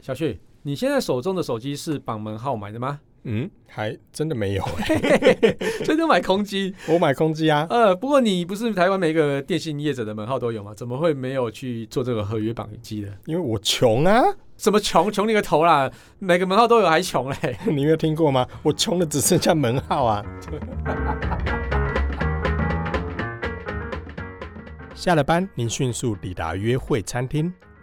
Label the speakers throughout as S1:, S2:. S1: 小旭，你现在手中的手机是绑门号买的吗？
S2: 嗯，还真的没有、 欸，
S1: 真的买空机？
S2: 我买空机啊。
S1: 呃，不过你不是台湾每个电信业者的门号都有吗？怎么会没有去做这个合约绑机的？
S2: 因为我穷啊，
S1: 什么穷穷你个头啦！每个门号都有还穷嘞。
S2: 你没有听过吗？我穷的只剩下门号啊。 下了班，您迅速抵达约会餐厅，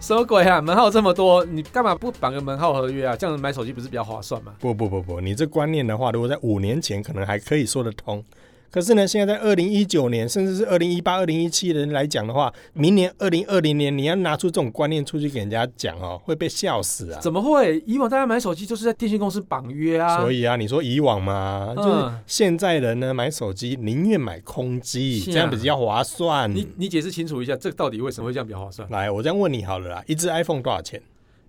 S1: 什么鬼啊？门号这么多，你干嘛不绑个门号合约啊？这样买手机不是比较划算吗？
S2: 不不不不，你这观念的话，如果在五年前可能还可以说得通，可是呢，现在在二零一九年，甚至是二零一八、二零一七的人来讲的话，明年二零二零年你要拿出这种观念出去给人家讲哦，会被笑死啊。
S1: 怎么会？以往大家买手机就是在电信公司绑约啊。
S2: 所以啊，你说以往嘛，就是
S1: 嗯
S2: 现在人呢买手机宁愿买空机，
S1: 是啊
S2: 这样比较划算。
S1: 你你解释清楚一下，这个到底为什么会这样比较划算
S2: 来，我这样问你好了啦，一只 iPhone 多少钱？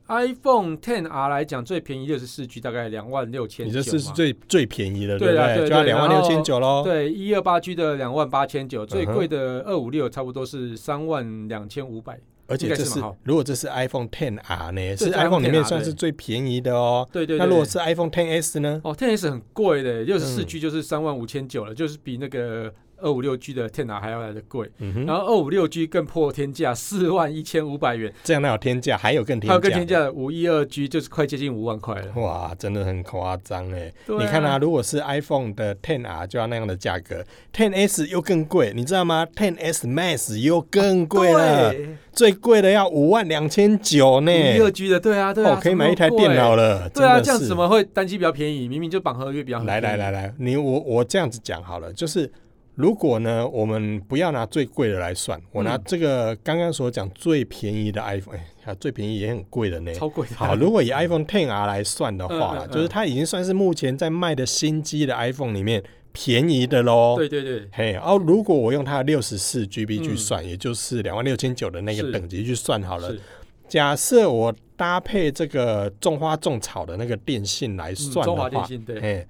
S1: ？iPhone Ten R 来讲，最便宜六十四 G 大概两万六千，
S2: 你这次是最最便宜的，
S1: 对
S2: 不
S1: 啊
S2: 对？
S1: 对
S2: 就要
S1: 对
S2: 两万
S1: 然
S2: 六
S1: 后
S2: 千九喽。
S1: 对一二八 G 的两万八千九，最
S2: 嗯哼
S1: 贵的二五六差不多是三万两千五百。
S2: 而且这
S1: 应该是
S2: 是
S1: 蛮好
S2: 如果这是 iPhone Ten R 呢，
S1: 这
S2: 是
S1: 是
S2: iPhone
S1: iPhone
S2: 里面
S1: 10R
S2: 算是最便宜的哦。
S1: 对对对。
S2: 那如果是嗯 iPhone Ten S 呢？
S1: 哦，Ten S 很贵的，六十四 G 就是三万五千九了，就是比那个二五六 G 的 Ten R 还要来的贵。
S2: 嗯哼，
S1: 然后二五六 G 更破天价，四万一千五百元，
S2: 这样那有天价，还有更天
S1: 还
S2: 价，
S1: 有更天价的五一二 G 就是快接近五万块了。
S2: 哇，真的很夸张哎！
S1: 对
S2: 你看啊，，如果是 iPhone 的 Ten R 就要那样的价格，Ten S 又更贵，你知道吗？Ten S Max 又更贵了，
S1: 啊对，
S2: 最贵的要五万两千九呢。
S1: 五一二 G 的，对啊，对啊，
S2: 哦，可以买一台电脑
S1: 了。
S2: 了，
S1: 对啊，
S2: 真的
S1: 这样
S2: 是
S1: 怎么会单机比较便宜？明明就绑合约比较
S2: 来来来来，你我我这样子讲好了，就是如果呢，我们不要拿最贵的来算，我拿
S1: 嗯
S2: 这个刚刚所讲最便宜的 iPhone，哎呀，最便宜也很贵的呢。
S1: 超贵的。
S2: 好，如果以 iPhone Ten R 来算的话啦，
S1: 嗯嗯嗯
S2: 就是它已经算是目前在卖的新机的 iPhone 里面便宜的喽。
S1: 对对对，
S2: 嘿，哦，如果我用它的六十四 GB 去
S1: 嗯
S2: 算，也就是两万六千九的那个
S1: 是
S2: 等级去算好了，
S1: 是嗯
S2: 假设我搭配这个种花种草的那个电信来
S1: 嗯
S2: 算的
S1: 中
S2: 话，
S1: 华电信，对
S2: 哎，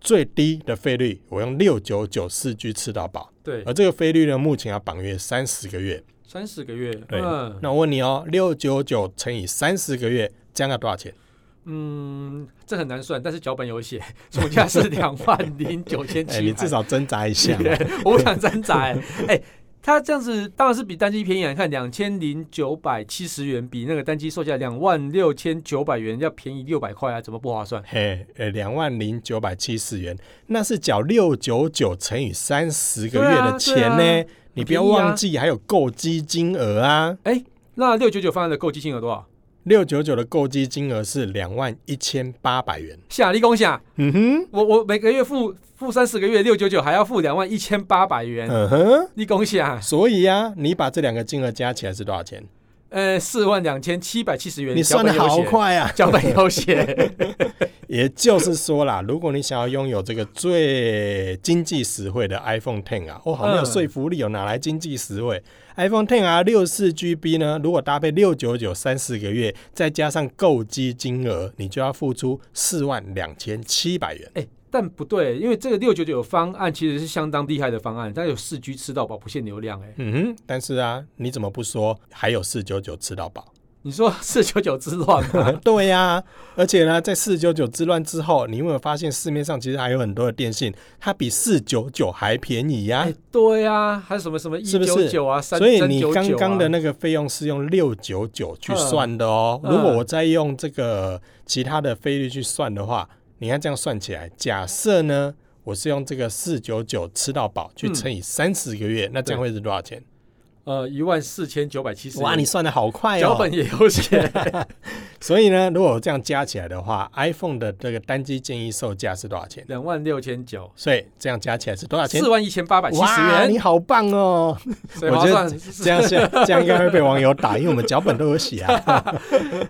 S2: 最低的费率我用六九九四 G 吃到饱，
S1: 对，
S2: 而这个费率呢，目前要绑约三十个月。
S1: 三十个月，
S2: 对
S1: 嗯
S2: 那我问你哦，六九九乘以三十个月，这样要多少钱？
S1: 嗯，这很难算，但是脚本有写， 总价是两万零九千
S2: 哎、
S1: 七
S2: 你哎至少啊挣扎一下 嘛。
S1: 我不想挣扎、欸， 哎、它这样子当然是比单机便宜啊！你看，两千零九百七十元，比那个单机售价两万六千九百元要便宜六百块啊，怎么不划算？
S2: 嘿，呃，两万零九百七十元，那是缴六九九乘以三十
S1: 对
S2: 个月
S1: 啊
S2: 的钱呢。
S1: 对
S2: 你不要
S1: 很便宜啊
S2: 忘记还有购机金额啊。
S1: 那六九九方案的购机金额多少？
S2: 六九九的购机金额是两万一千八百元。
S1: 下立功下，
S2: 嗯哼，
S1: 我我每个月付付三十个月六九九，还要付两万一千八百元，
S2: 嗯哼，
S1: 立功下，
S2: 所以呀、啊，你把这两个金额加起来是多少钱？
S1: 呃，四万两千七百七十元，
S2: 你算的
S1: 脚本有
S2: 好
S1: 写，
S2: 快啊！
S1: 脚本有写，
S2: 也就是说啦，如果你想要拥有这个最经济实惠的 iPhone Ten 啊，哦，好没有
S1: 嗯
S2: 说服力哦，哪来经济实惠？iPhone Ten 啊，六四 GB 呢，如果搭配六九九三四个月，再加上购机金额，你就要付出四万两千七百元。
S1: 哎但不对，因为这个六九九方案其实是相当厉害的方案，它有四 G 吃到饱，不限流量、欸，哎，
S2: 嗯哼，但是啊，你怎么不说还有四九九吃到饱？
S1: 你说四九九之乱吗？
S2: 对呀、而且呢，在四九九之乱之后，你有没有发现市面上其实还有很多的电信，它比四九九还便宜呀、
S1: 哎、对呀、还有什么什么一
S2: 是不是
S1: 九九啊，三
S2: 所以
S1: 三
S2: 你
S1: 九
S2: 刚
S1: 九
S2: 刚的
S1: 啊，
S2: 那个费用是用六九九去算的哦。
S1: 嗯
S2: 如果我再用这个其他的费率去算的话，你看这样算起来，假设呢，
S1: 嗯
S2: 我是用这个四九九吃到饱去乘以三十个月，那这样会是多少钱？
S1: 呃一万四千九百七十。
S2: 哇，你算的好快
S1: 脚
S2: 哦！
S1: 本也有写，
S2: 所以呢，如果这样加起来的话，iPhone 的这个单机建议售价是多少钱？
S1: 两万六千 九，
S2: 所以这样加起来是多少钱
S1: 四？万一千八百七十
S2: 哇，
S1: 元，
S2: 你好棒哦！
S1: 所以
S2: 我
S1: 划
S2: 觉得
S1: 算。
S2: 这样下，这样应该会被网友打，因为我们脚本都有写啊。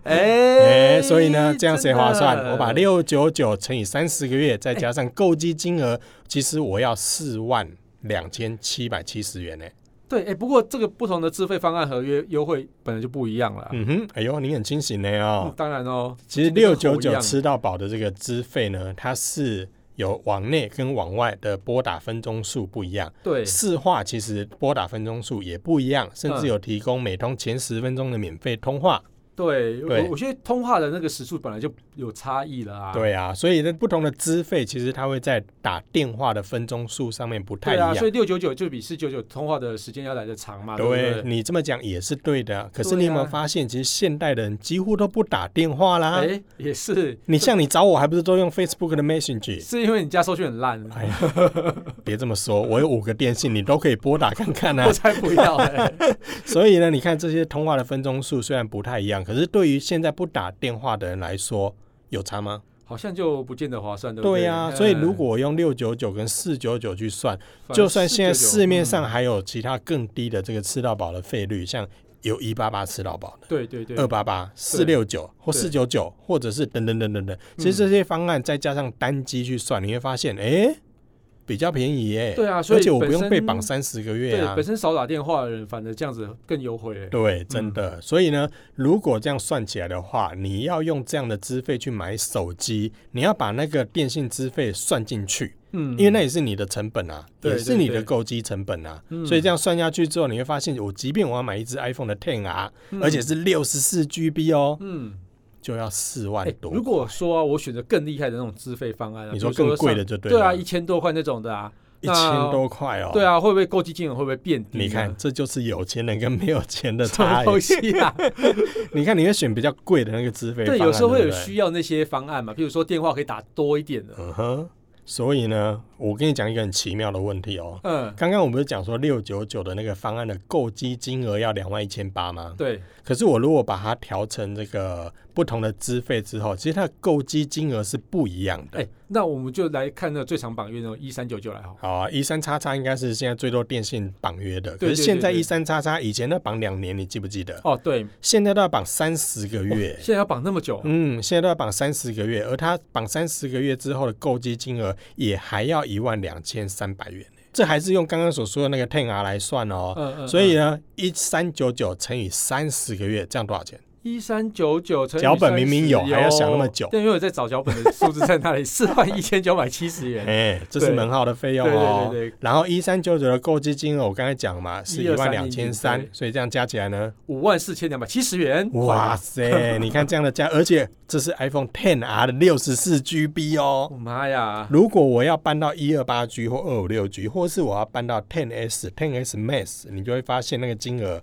S2: 哎、
S1: 哎
S2: 所以呢，这样谁划
S1: 真
S2: 算？
S1: 的
S2: 我把六九九乘以三十个月，再加上购机金额，其实我要四万两千七百七十元呢、
S1: 对，哎、不过这个不同的自费方案合约优惠本来就不一样了。
S2: 嗯哼，哎呦，你很清醒呢
S1: 嗯
S2: 哦。
S1: 当然哦，
S2: 其实
S1: 这
S2: 六
S1: 个
S2: 九
S1: 跟猴一
S2: 九
S1: 样
S2: 吃到饱的这个资费呢，它是有往内跟往外的拨打分钟数不一样。
S1: 对，
S2: 市话其实拨打分钟数也不一样，甚至
S1: 嗯
S2: 有提供每通前十分钟的免费通话。
S1: 对，
S2: 对
S1: 我我觉得通话的那个时速本来就有差异了啊。
S2: 对啊，所以呢，不同的资费其实它会在打电话的分钟数上面不太
S1: 对
S2: 一
S1: 啊，
S2: 样。
S1: 所以六九九就比四九九通话的时间要来的长嘛，对不
S2: 对
S1: 啊对？
S2: 你这么讲也是对的，可是
S1: 对啊
S2: 你有没有发现，其实现代人几乎都不打电话啦。
S1: 哎、也是，
S2: 啊你像你找我，还不是都用 Facebook 的 Messenger？
S1: 是因为你家收讯很烂，啊
S2: 哎呀，别这么说，我有五个电信，你都可以拨打看看啊
S1: 我。才不要、哎
S2: 所以呢，你看这些通话的分钟数虽然不太一样，可是对于现在不打电话的人来说，有差吗？
S1: 好像就不见得划算，对不
S2: 对
S1: 对
S2: 呀、
S1: 嗯
S2: 所以如果我用六九九跟四九九去算，
S1: 哎反正
S2: 就算现在
S1: 499
S2: 市面上
S1: 嗯
S2: 还有其他更低的这个吃到饱的费率，像有一八八吃到饱的、
S1: 对对对，
S2: 二八八、四六九或四九九，或者是等等等等等，其
S1: 嗯
S2: 实这些方案再加上单机去算，你会发现，哎、比较便宜耶、
S1: 对啊，所以
S2: 而且我不
S1: 本
S2: 用
S1: 身
S2: 被绑三十个月
S1: 对，
S2: 啊
S1: 本。身少打电话的人，反而这样子更优惠、哎
S2: 对，真的。所以呢，如果这样算起来的话，你要用这样的资费去买手机，你要把那个电信资费算进去。
S1: 嗯，
S2: 因为那也是你的成本啊，
S1: 对
S2: 也是你
S1: 对
S2: 的
S1: 对
S2: 购机成本啊，
S1: 嗯
S2: 所以这样算下去之后，你会发现，我即便我要买一只 iPhone 的 Ten R，、
S1: 嗯
S2: 而且是六十四 GB 哦，
S1: 嗯。
S2: 就要四万
S1: 欸
S2: 多。
S1: 如果说、啊、我选择更厉害的那种资费方案、啊，
S2: 你
S1: 比如
S2: 说
S1: 说
S2: 更贵
S1: 像
S2: 的就对
S1: 对啊，
S2: 了，
S1: 一千多块那种的啊，
S2: 一千多块哦，
S1: 对，啊，会不会购机金额会不会变低？啊
S2: 你 看，这就是有钱人跟没有钱的
S1: 什么
S2: 差
S1: 东
S2: 异。
S1: 西啊？
S2: 你看，你会选比较贵的那个资费方
S1: 对，
S2: 案，
S1: 有时候会有
S2: 对不对
S1: 需要那些方案嘛，比如说电话可以打多一点的，
S2: 嗯哼，所以呢，我跟你讲一个很奇妙的问题哦。
S1: 嗯，
S2: 刚刚我们不是讲说六九九的那个方案的购机金额要两万一千八吗？
S1: 对，
S2: 可是我如果把它调成这个不同的资费之后，其实它的购机金额是不一样的。
S1: 哎、那我们就来看那个最长榜月那种一三九九来好，
S2: 好啊，一三叉叉应该是现在最多电信绑约的，可
S1: 对
S2: 是现在
S1: 对对
S2: 一三叉叉以前那绑两年，你记不记得？
S1: 哦，对，
S2: 现在都要绑三十个 月。
S1: 现在要绑那么久，
S2: 嗯，现在都要绑三十个月，而它绑三十个月之后的购机金额也还要一万两千三百元呢，这还是用刚刚所说的那个 Ten R 来算哦。
S1: 嗯嗯，
S2: 所以呢，一三九九乘以三十个月，这样多少钱？
S1: 一三九九乘以
S2: 脚本明明有
S1: 30
S2: 还要想那么久
S1: 对，因为我在找脚本的数字在那里，四万一千九百七十 元，
S2: 哎、这是
S1: 对
S2: 门号的费用
S1: 对
S2: 哦。
S1: 对对对
S2: 然后一三九九的购机金额，我刚才讲嘛，是一万两千
S1: 12300
S2: 三，所以这样加起来呢，
S1: 五万四千两百七十元，
S2: 哇塞！你看这样的价，而且这是 iPhone Ten R 的六十四 GB 哦。
S1: 我妈呀！
S2: 如果我要搬到一二八 G 或二五六 G，或是我要搬到 Ten S、Ten S Max，你就会发现那个金额，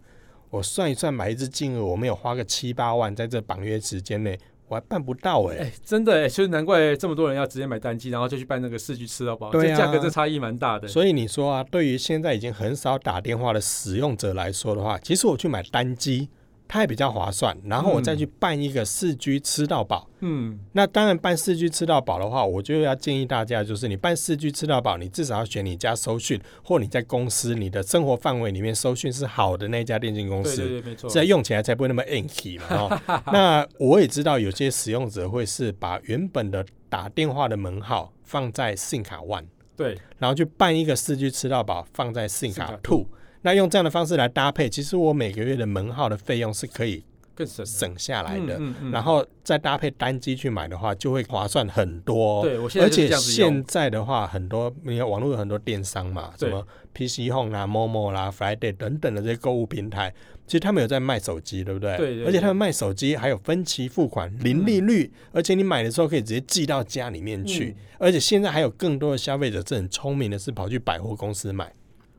S2: 我算一算买一只金额，我没有花个七八万在这绑约时间内，我还办不到哎、
S1: 哎、真的哎、所以难怪这么多人要直接买单机，然后就去办那个市区吃到饱，
S2: 对啊
S1: 这价格这差异蛮大的。
S2: 所以你说啊，对于现在已经很少打电话的使用者来说的话，其实我去买单机，它也比较划算，然后我再去办一个四 G 吃到饱。
S1: 嗯，
S2: 那当然，办四 G 吃到饱的话，我就要建议大家，就是你办四 G 吃到饱，你至少要选你家搜讯或你在公司你的生活范围里面搜讯是好的那家电信公
S1: 对
S2: 司。
S1: 对对，没错。
S2: 这样用起来才不会那么硬气嘛。 哦、那我也知道有些使用者会是把原本的打电话的门号放在 SIM 卡 One，
S1: 对，
S2: 然后去办一个四 G 吃到饱放在 SIM 卡
S1: SIM 卡
S2: Two。那用这样的方式来搭配，其实我每个月的门号的费用是可以
S1: 更省
S2: 省下来的，
S1: 嗯嗯嗯
S2: 然后再搭配单机去买的话，就会划算很多。，哦
S1: 对我现在
S2: 而
S1: 就是
S2: 且
S1: 这样子用
S2: 现在的话，很多你看网络有很多电商嘛，什
S1: 对
S2: 么 PC Home 啦、Momo 啦、Friday 等等的这些购物平台，其实他们有在卖手机，对不对？
S1: 对对嗯
S2: 而且他们卖手机还有分期付款、零利率，而且你买的时候可以直接寄到家里面去。而且现在还有更多的消费者是很聪明的，是跑去百货公司买。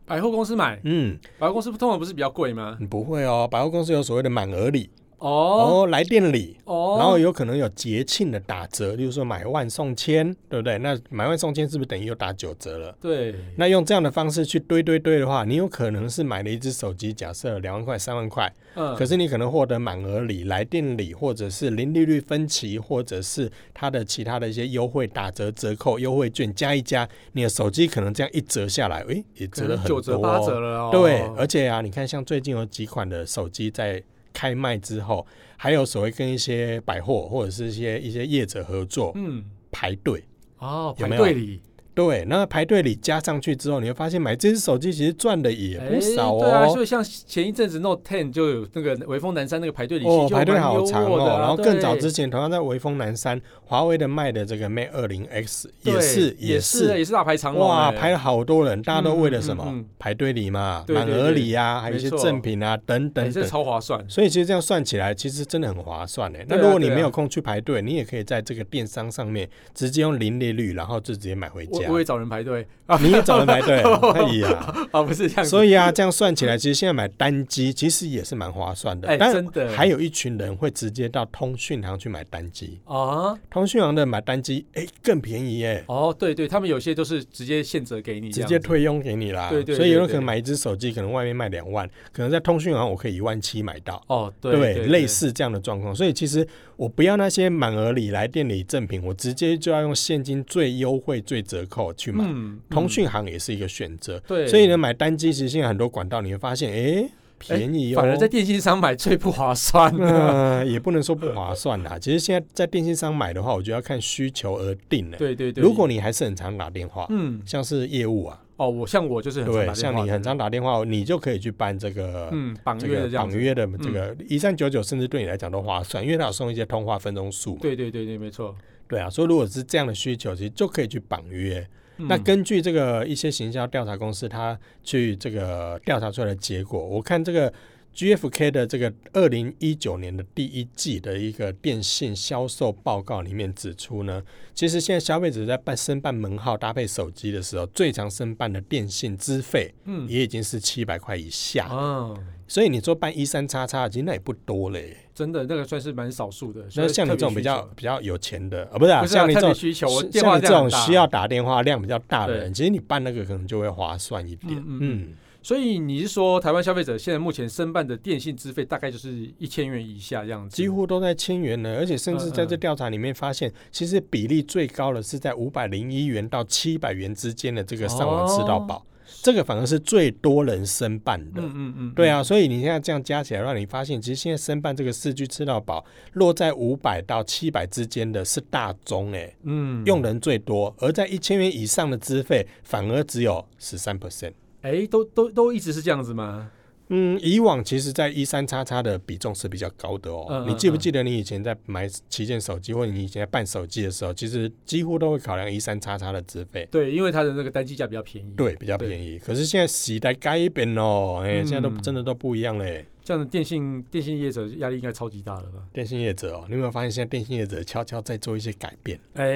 S1: 百货公司买，
S2: 嗯，
S1: 百货公司通常不是比较贵吗？
S2: 你不会哦，百货公司有所谓的满额礼。
S1: 哦
S2: 哦，来店里，
S1: 哦，
S2: 然后有可能有节庆的打折，例如说买万送千，对不对？那买万送千是不是等于又打九折了？
S1: 对，
S2: 那用这样的方式去堆堆堆的话，你有可能是买了一只手机，假设两万块、三万块，
S1: 嗯，
S2: 可是你可能获得满额礼、来电礼，或者是零利率分期，或者是它的其他的一些优惠打折、折扣、优惠券加一加，你的手机可能这样一折下来，诶，也
S1: 可
S2: 折了
S1: 能
S2: 很多、
S1: 九折八折了哦，
S2: 对，而且啊，你看像最近有几款的手机在开卖之后，还有所谓跟一些百货或者是一些一些业者合作
S1: 嗯，
S2: 排队。
S1: 哦，
S2: 有
S1: 排
S2: 没有
S1: 队里
S2: 对，那排队里加上去之后，你会发现买这只手机其实赚的也不少
S1: 哎对啊，
S2: 哦。
S1: 就像前一阵子 Note Ten 就有那个微风南山那个排队里
S2: 哦，
S1: 其实就
S2: 排队
S1: 蛮
S2: 好
S1: 优
S2: 长
S1: 渥
S2: 哦
S1: 的。啊
S2: 然后更早
S1: 对
S2: 之前，同样在微风南山，华为的卖的这个 Mate 二零 X
S1: 对
S2: 也是
S1: 也
S2: 是
S1: 也是大排长龙
S2: 哇，
S1: 哎
S2: 排了好多人，大家都为了什么？
S1: 嗯嗯嗯
S2: 排队礼嘛，
S1: 对对
S2: 满
S1: 对
S2: 额礼呀，还有一些
S1: 没错
S2: 赠品啊，等等
S1: 哎
S2: 等
S1: 这。超划算，
S2: 所以其实这样算起来，其实真的很划算欸诶。那
S1: 对啊
S2: 如果你
S1: 对啊
S2: 没有空去排队，你也可以在这个电商上面直接用零利率，然后就直接买回
S1: 我
S2: 家。
S1: 我也找人排队 啊
S2: 你也找人排队， 可以啊。
S1: 啊，不是这样子，
S2: 所以啊，这样算起来，其实现在买单机其实也是蛮划算的。
S1: 哎
S2: 但
S1: 真的
S2: 还有一群人会直接到通讯行去买单机，
S1: 啊，
S2: 通讯行的买单机，哎、更便宜耶、
S1: 哦，对对，他们有些都是直接现折给你这
S2: 直
S1: 样
S2: 接
S1: 子，
S2: 退佣给你啦。
S1: 对对
S2: 所以有人可
S1: 对
S2: 能
S1: 对
S2: 买一只手机，可能外面卖两万，可能在通讯行我可以一万七买到。
S1: 哦，对
S2: 对
S1: 对
S2: 类似这样的状况，所以其实我不要那些满额礼来店里赠品，我直接就要用现金最优惠、最折扣去买。
S1: 嗯，嗯
S2: 通讯行也是一个选择，
S1: 对，
S2: 所以呢，买单机其实现在很多管道，你会发现，哎、便宜哦、
S1: 反而 在啊电信商买最不划算
S2: 嗯
S1: 的，
S2: 那也不能说不划算啦。其实现在在电信商买的话，我觉得要看需求而定呢、
S1: 对 对对，
S2: 如果你还是很常打电话，
S1: 嗯
S2: 像是业务啊，
S1: 哦，我像我就是很常
S2: 对，
S1: 打电
S2: 像
S1: 话
S2: 你很常打电话，你就可以去办这个
S1: 嗯绑
S2: 这
S1: 约
S2: 个
S1: 的这样
S2: 绑
S1: 子，嗯
S2: 约的这个一三九九，甚至对你来讲都划算，因为它有送一些通话分钟数嘛。
S1: 对对对对，没错，
S2: 对啊，所以如果是这样的需求，其实就可以去绑约。
S1: 嗯
S2: 那根据这个一些行销调查公司，它去这个调查出来的结果，我看这个 GFK 的这个二零一九年的第一季的一个电信销售报告里面指出呢，其实现在消费者在办申办门号搭配手机的时候，最常申办的电信资费
S1: 嗯
S2: 也已经是七百块以下。
S1: 啊，
S2: 所以你说办一三叉叉，其实那也不多嘞。
S1: 真的那个算是蛮少数的，所
S2: 那
S1: 以
S2: 像你
S1: 特
S2: 这
S1: 别
S2: 种
S1: 需
S2: 比较
S1: 求
S2: 比较有钱的啊，不是啊，
S1: 不是啊
S2: 像你这
S1: 特别
S2: 种
S1: 需求，我
S2: 像
S1: 电话
S2: 你这
S1: 量
S2: 种
S1: 很大
S2: 需要打电话量比较大的
S1: 对
S2: 人，其实你办那个可能就会划算一点。
S1: 嗯嗯
S2: 嗯，
S1: 所以你是说，台湾消费者现在目前申办的电信资费大概就是一千元以下这样子？
S2: 几乎都在千元呢，而且甚至在
S1: 嗯
S2: 这
S1: 嗯
S2: 调查里面发现，其实比例最高的是在五百零一元到七百元之间的这个上网吃到饱，
S1: 哦
S2: 这个反而是最多人申办的。
S1: 嗯嗯嗯，
S2: 对啊，所以你现在这样加起来，让你发现，其实现在申办这个四 G 吃到饱，落在五百到七百之间的是大宗哎、
S1: 嗯，嗯
S2: 用人最多，而在一千元以上的资费反而只有十三 percent。
S1: 哎，都都都一直是这样子吗？
S2: 嗯，以往其实，在一三叉叉的比重是比较高的哦。
S1: 嗯嗯
S2: 你记不记得你以前在买旗舰手机，或者你以前在办手机的时候，其实几乎都会考量一三叉叉的资费，
S1: 对，因为它的那个单机价比较便宜。，
S2: 对，比较
S1: 对
S2: 便宜。可是现在时代改变哦，哎、
S1: 嗯
S2: 现在都真的都不一样嘞。
S1: 这样的电信电信业者压力应该超级大了吧？
S2: 电信业者哦，你有没有发现现在电信业者悄悄在做一些改变？
S1: 哎，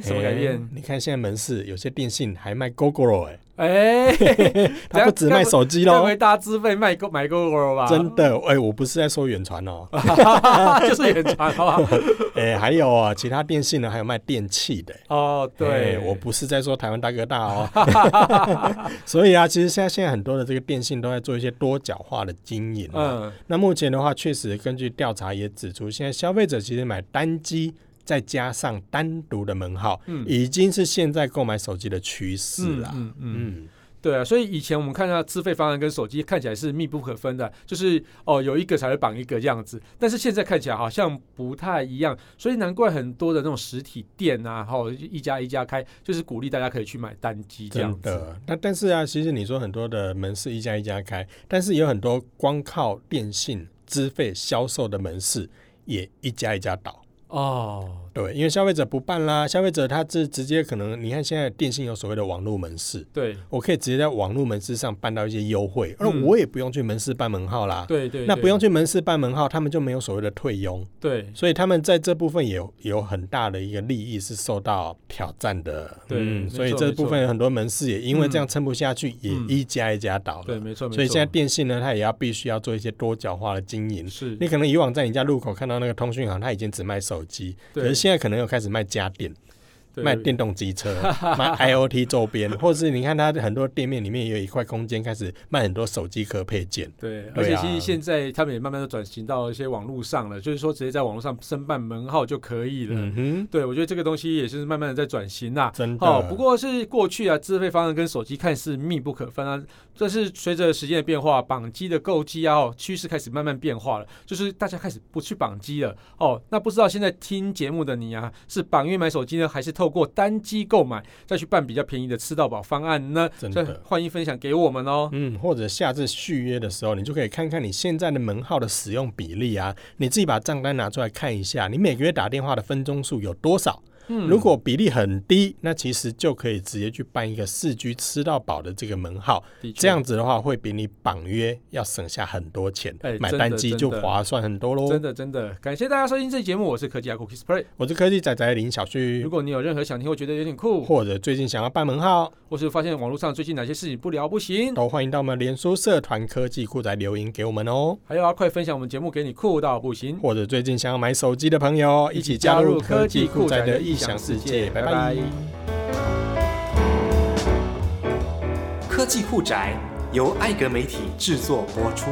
S1: 什么改
S2: 哎
S1: 变？
S2: 你看现在门市有些电信还卖 GoGo 哎，
S1: 哎，
S2: 它不只卖手机
S1: 认
S2: 喽。
S1: 为大家资费卖够买够了吧？
S2: 真的，哎、我不是在说远传哦，
S1: 就是远传，好不好？
S2: 哎、还有啊，其他电信呢，还有卖电器的、
S1: 哦，对，
S2: 哎我不是在说台湾大哥大哦。 所以啊，其实现在现在很多的这个电信都在做一些多角化的经营、嗯，
S1: 嗯，
S2: 那目前的话，确实根据调查也指出，现在消费者其实买单机。再加上单独的门号，
S1: 嗯
S2: 已经是现在购买手机的趋势啦。
S1: 嗯嗯。嗯
S2: 嗯，
S1: 对啊，所以以前我们看到资费方案跟手机看起来是密不可分的，就是哦有一个才会绑一个这样子，但是现在看起来好像不太一样，所以难怪很多的那种实体店啊，哈、一家一家开，就是鼓励大家可以去买单机这样
S2: 真
S1: 子。
S2: 的。那但是啊，其实你说很多的门市一家一家开，但是有很多光靠电信资费销售的门市也一家一家倒。
S1: 哦，
S2: 对，因为消费者不办啦，消费者他是直接可能，你看现在电信有所谓的网络门市，
S1: 对
S2: 我可以直接在网络门市上办到一些优惠，而
S1: 嗯
S2: 我也不用去门市办门号啦。
S1: 对对，
S2: 那
S1: 对
S2: 不用去门市办门号，他们就没有所谓的退佣，
S1: 对
S2: 所以他们在这部分也有有很大的一个利益是受到挑战的。
S1: 对没
S2: 嗯，
S1: 错
S2: 所以这部分有很多门市也因为这样撑不下去，也
S1: 嗯
S2: 一家一家倒
S1: 对，
S2: 了。
S1: 没错没错。
S2: 所以现在电信呢，它也要必须要做一些多角化的经营。
S1: 是
S2: 你可能以往在你家路口看到那个通讯行，它以前只卖手机，可
S1: 对
S2: 是现在可能又开始卖家电。
S1: 对
S2: 卖电动 机车、卖 IOT 周边，或是你看它很多店面里面也有一块空间开始卖很多手机壳配件。
S1: 对，而
S2: 对
S1: 且
S2: 啊
S1: 其实现在他们也慢慢的转型到一些网络上了，就是说直接在网络上申办门号就可以了。
S2: 嗯哼，
S1: 对，我觉得这个东西也是慢慢的在转型呐、
S2: 真的。
S1: 哦，不过是过去啊，自费方案跟手机看似密不可分啊，但是随着时间的变化，绑机的购机啊，哦，趋势开始慢慢变化了，就是大家开始不去绑机了。哦，那不知道现在听节目的你啊，是绑约买手机呢，还是透过单机购买再去办比较便宜的吃到饱方案呢？
S2: 真
S1: 所以
S2: 的
S1: 欢迎分享给我们哦。
S2: 嗯，或者下次续约的时候，你就可以看看你现在的门号的使用比例啊，你自己把账单拿出来看一下，你每个月打电话的分钟数有多少？
S1: 嗯
S2: 如果比例很低，那其实就可以直接去办一个四 G 吃到饱的这个门号，
S1: 的确
S2: 这样子的话会比你绑约要省下很多钱，
S1: 哎
S2: 买
S1: 真的
S2: 单机
S1: 真
S2: 就
S1: 的
S2: 划算很多喽。
S1: 真的真的，感谢大家收听这期节目，我是科技阿酷 Kiss Play。
S2: 我是科技仔仔林小
S1: 如
S2: 旭，
S1: 果你有任何想听或觉得有点酷，
S2: 或者最近想要办门号，
S1: 或是发现网络上最近哪些事情不聊不行，
S2: 都欢迎到我们连书社团科技库仔留言给我们哦。
S1: 还有啊，快分享我们节目给你酷到不行。
S2: 或者最近想要买手机的朋友，一起加入科技库仔的异想世界。拜拜。
S3: 科技酷宅由艾格媒体制作播出。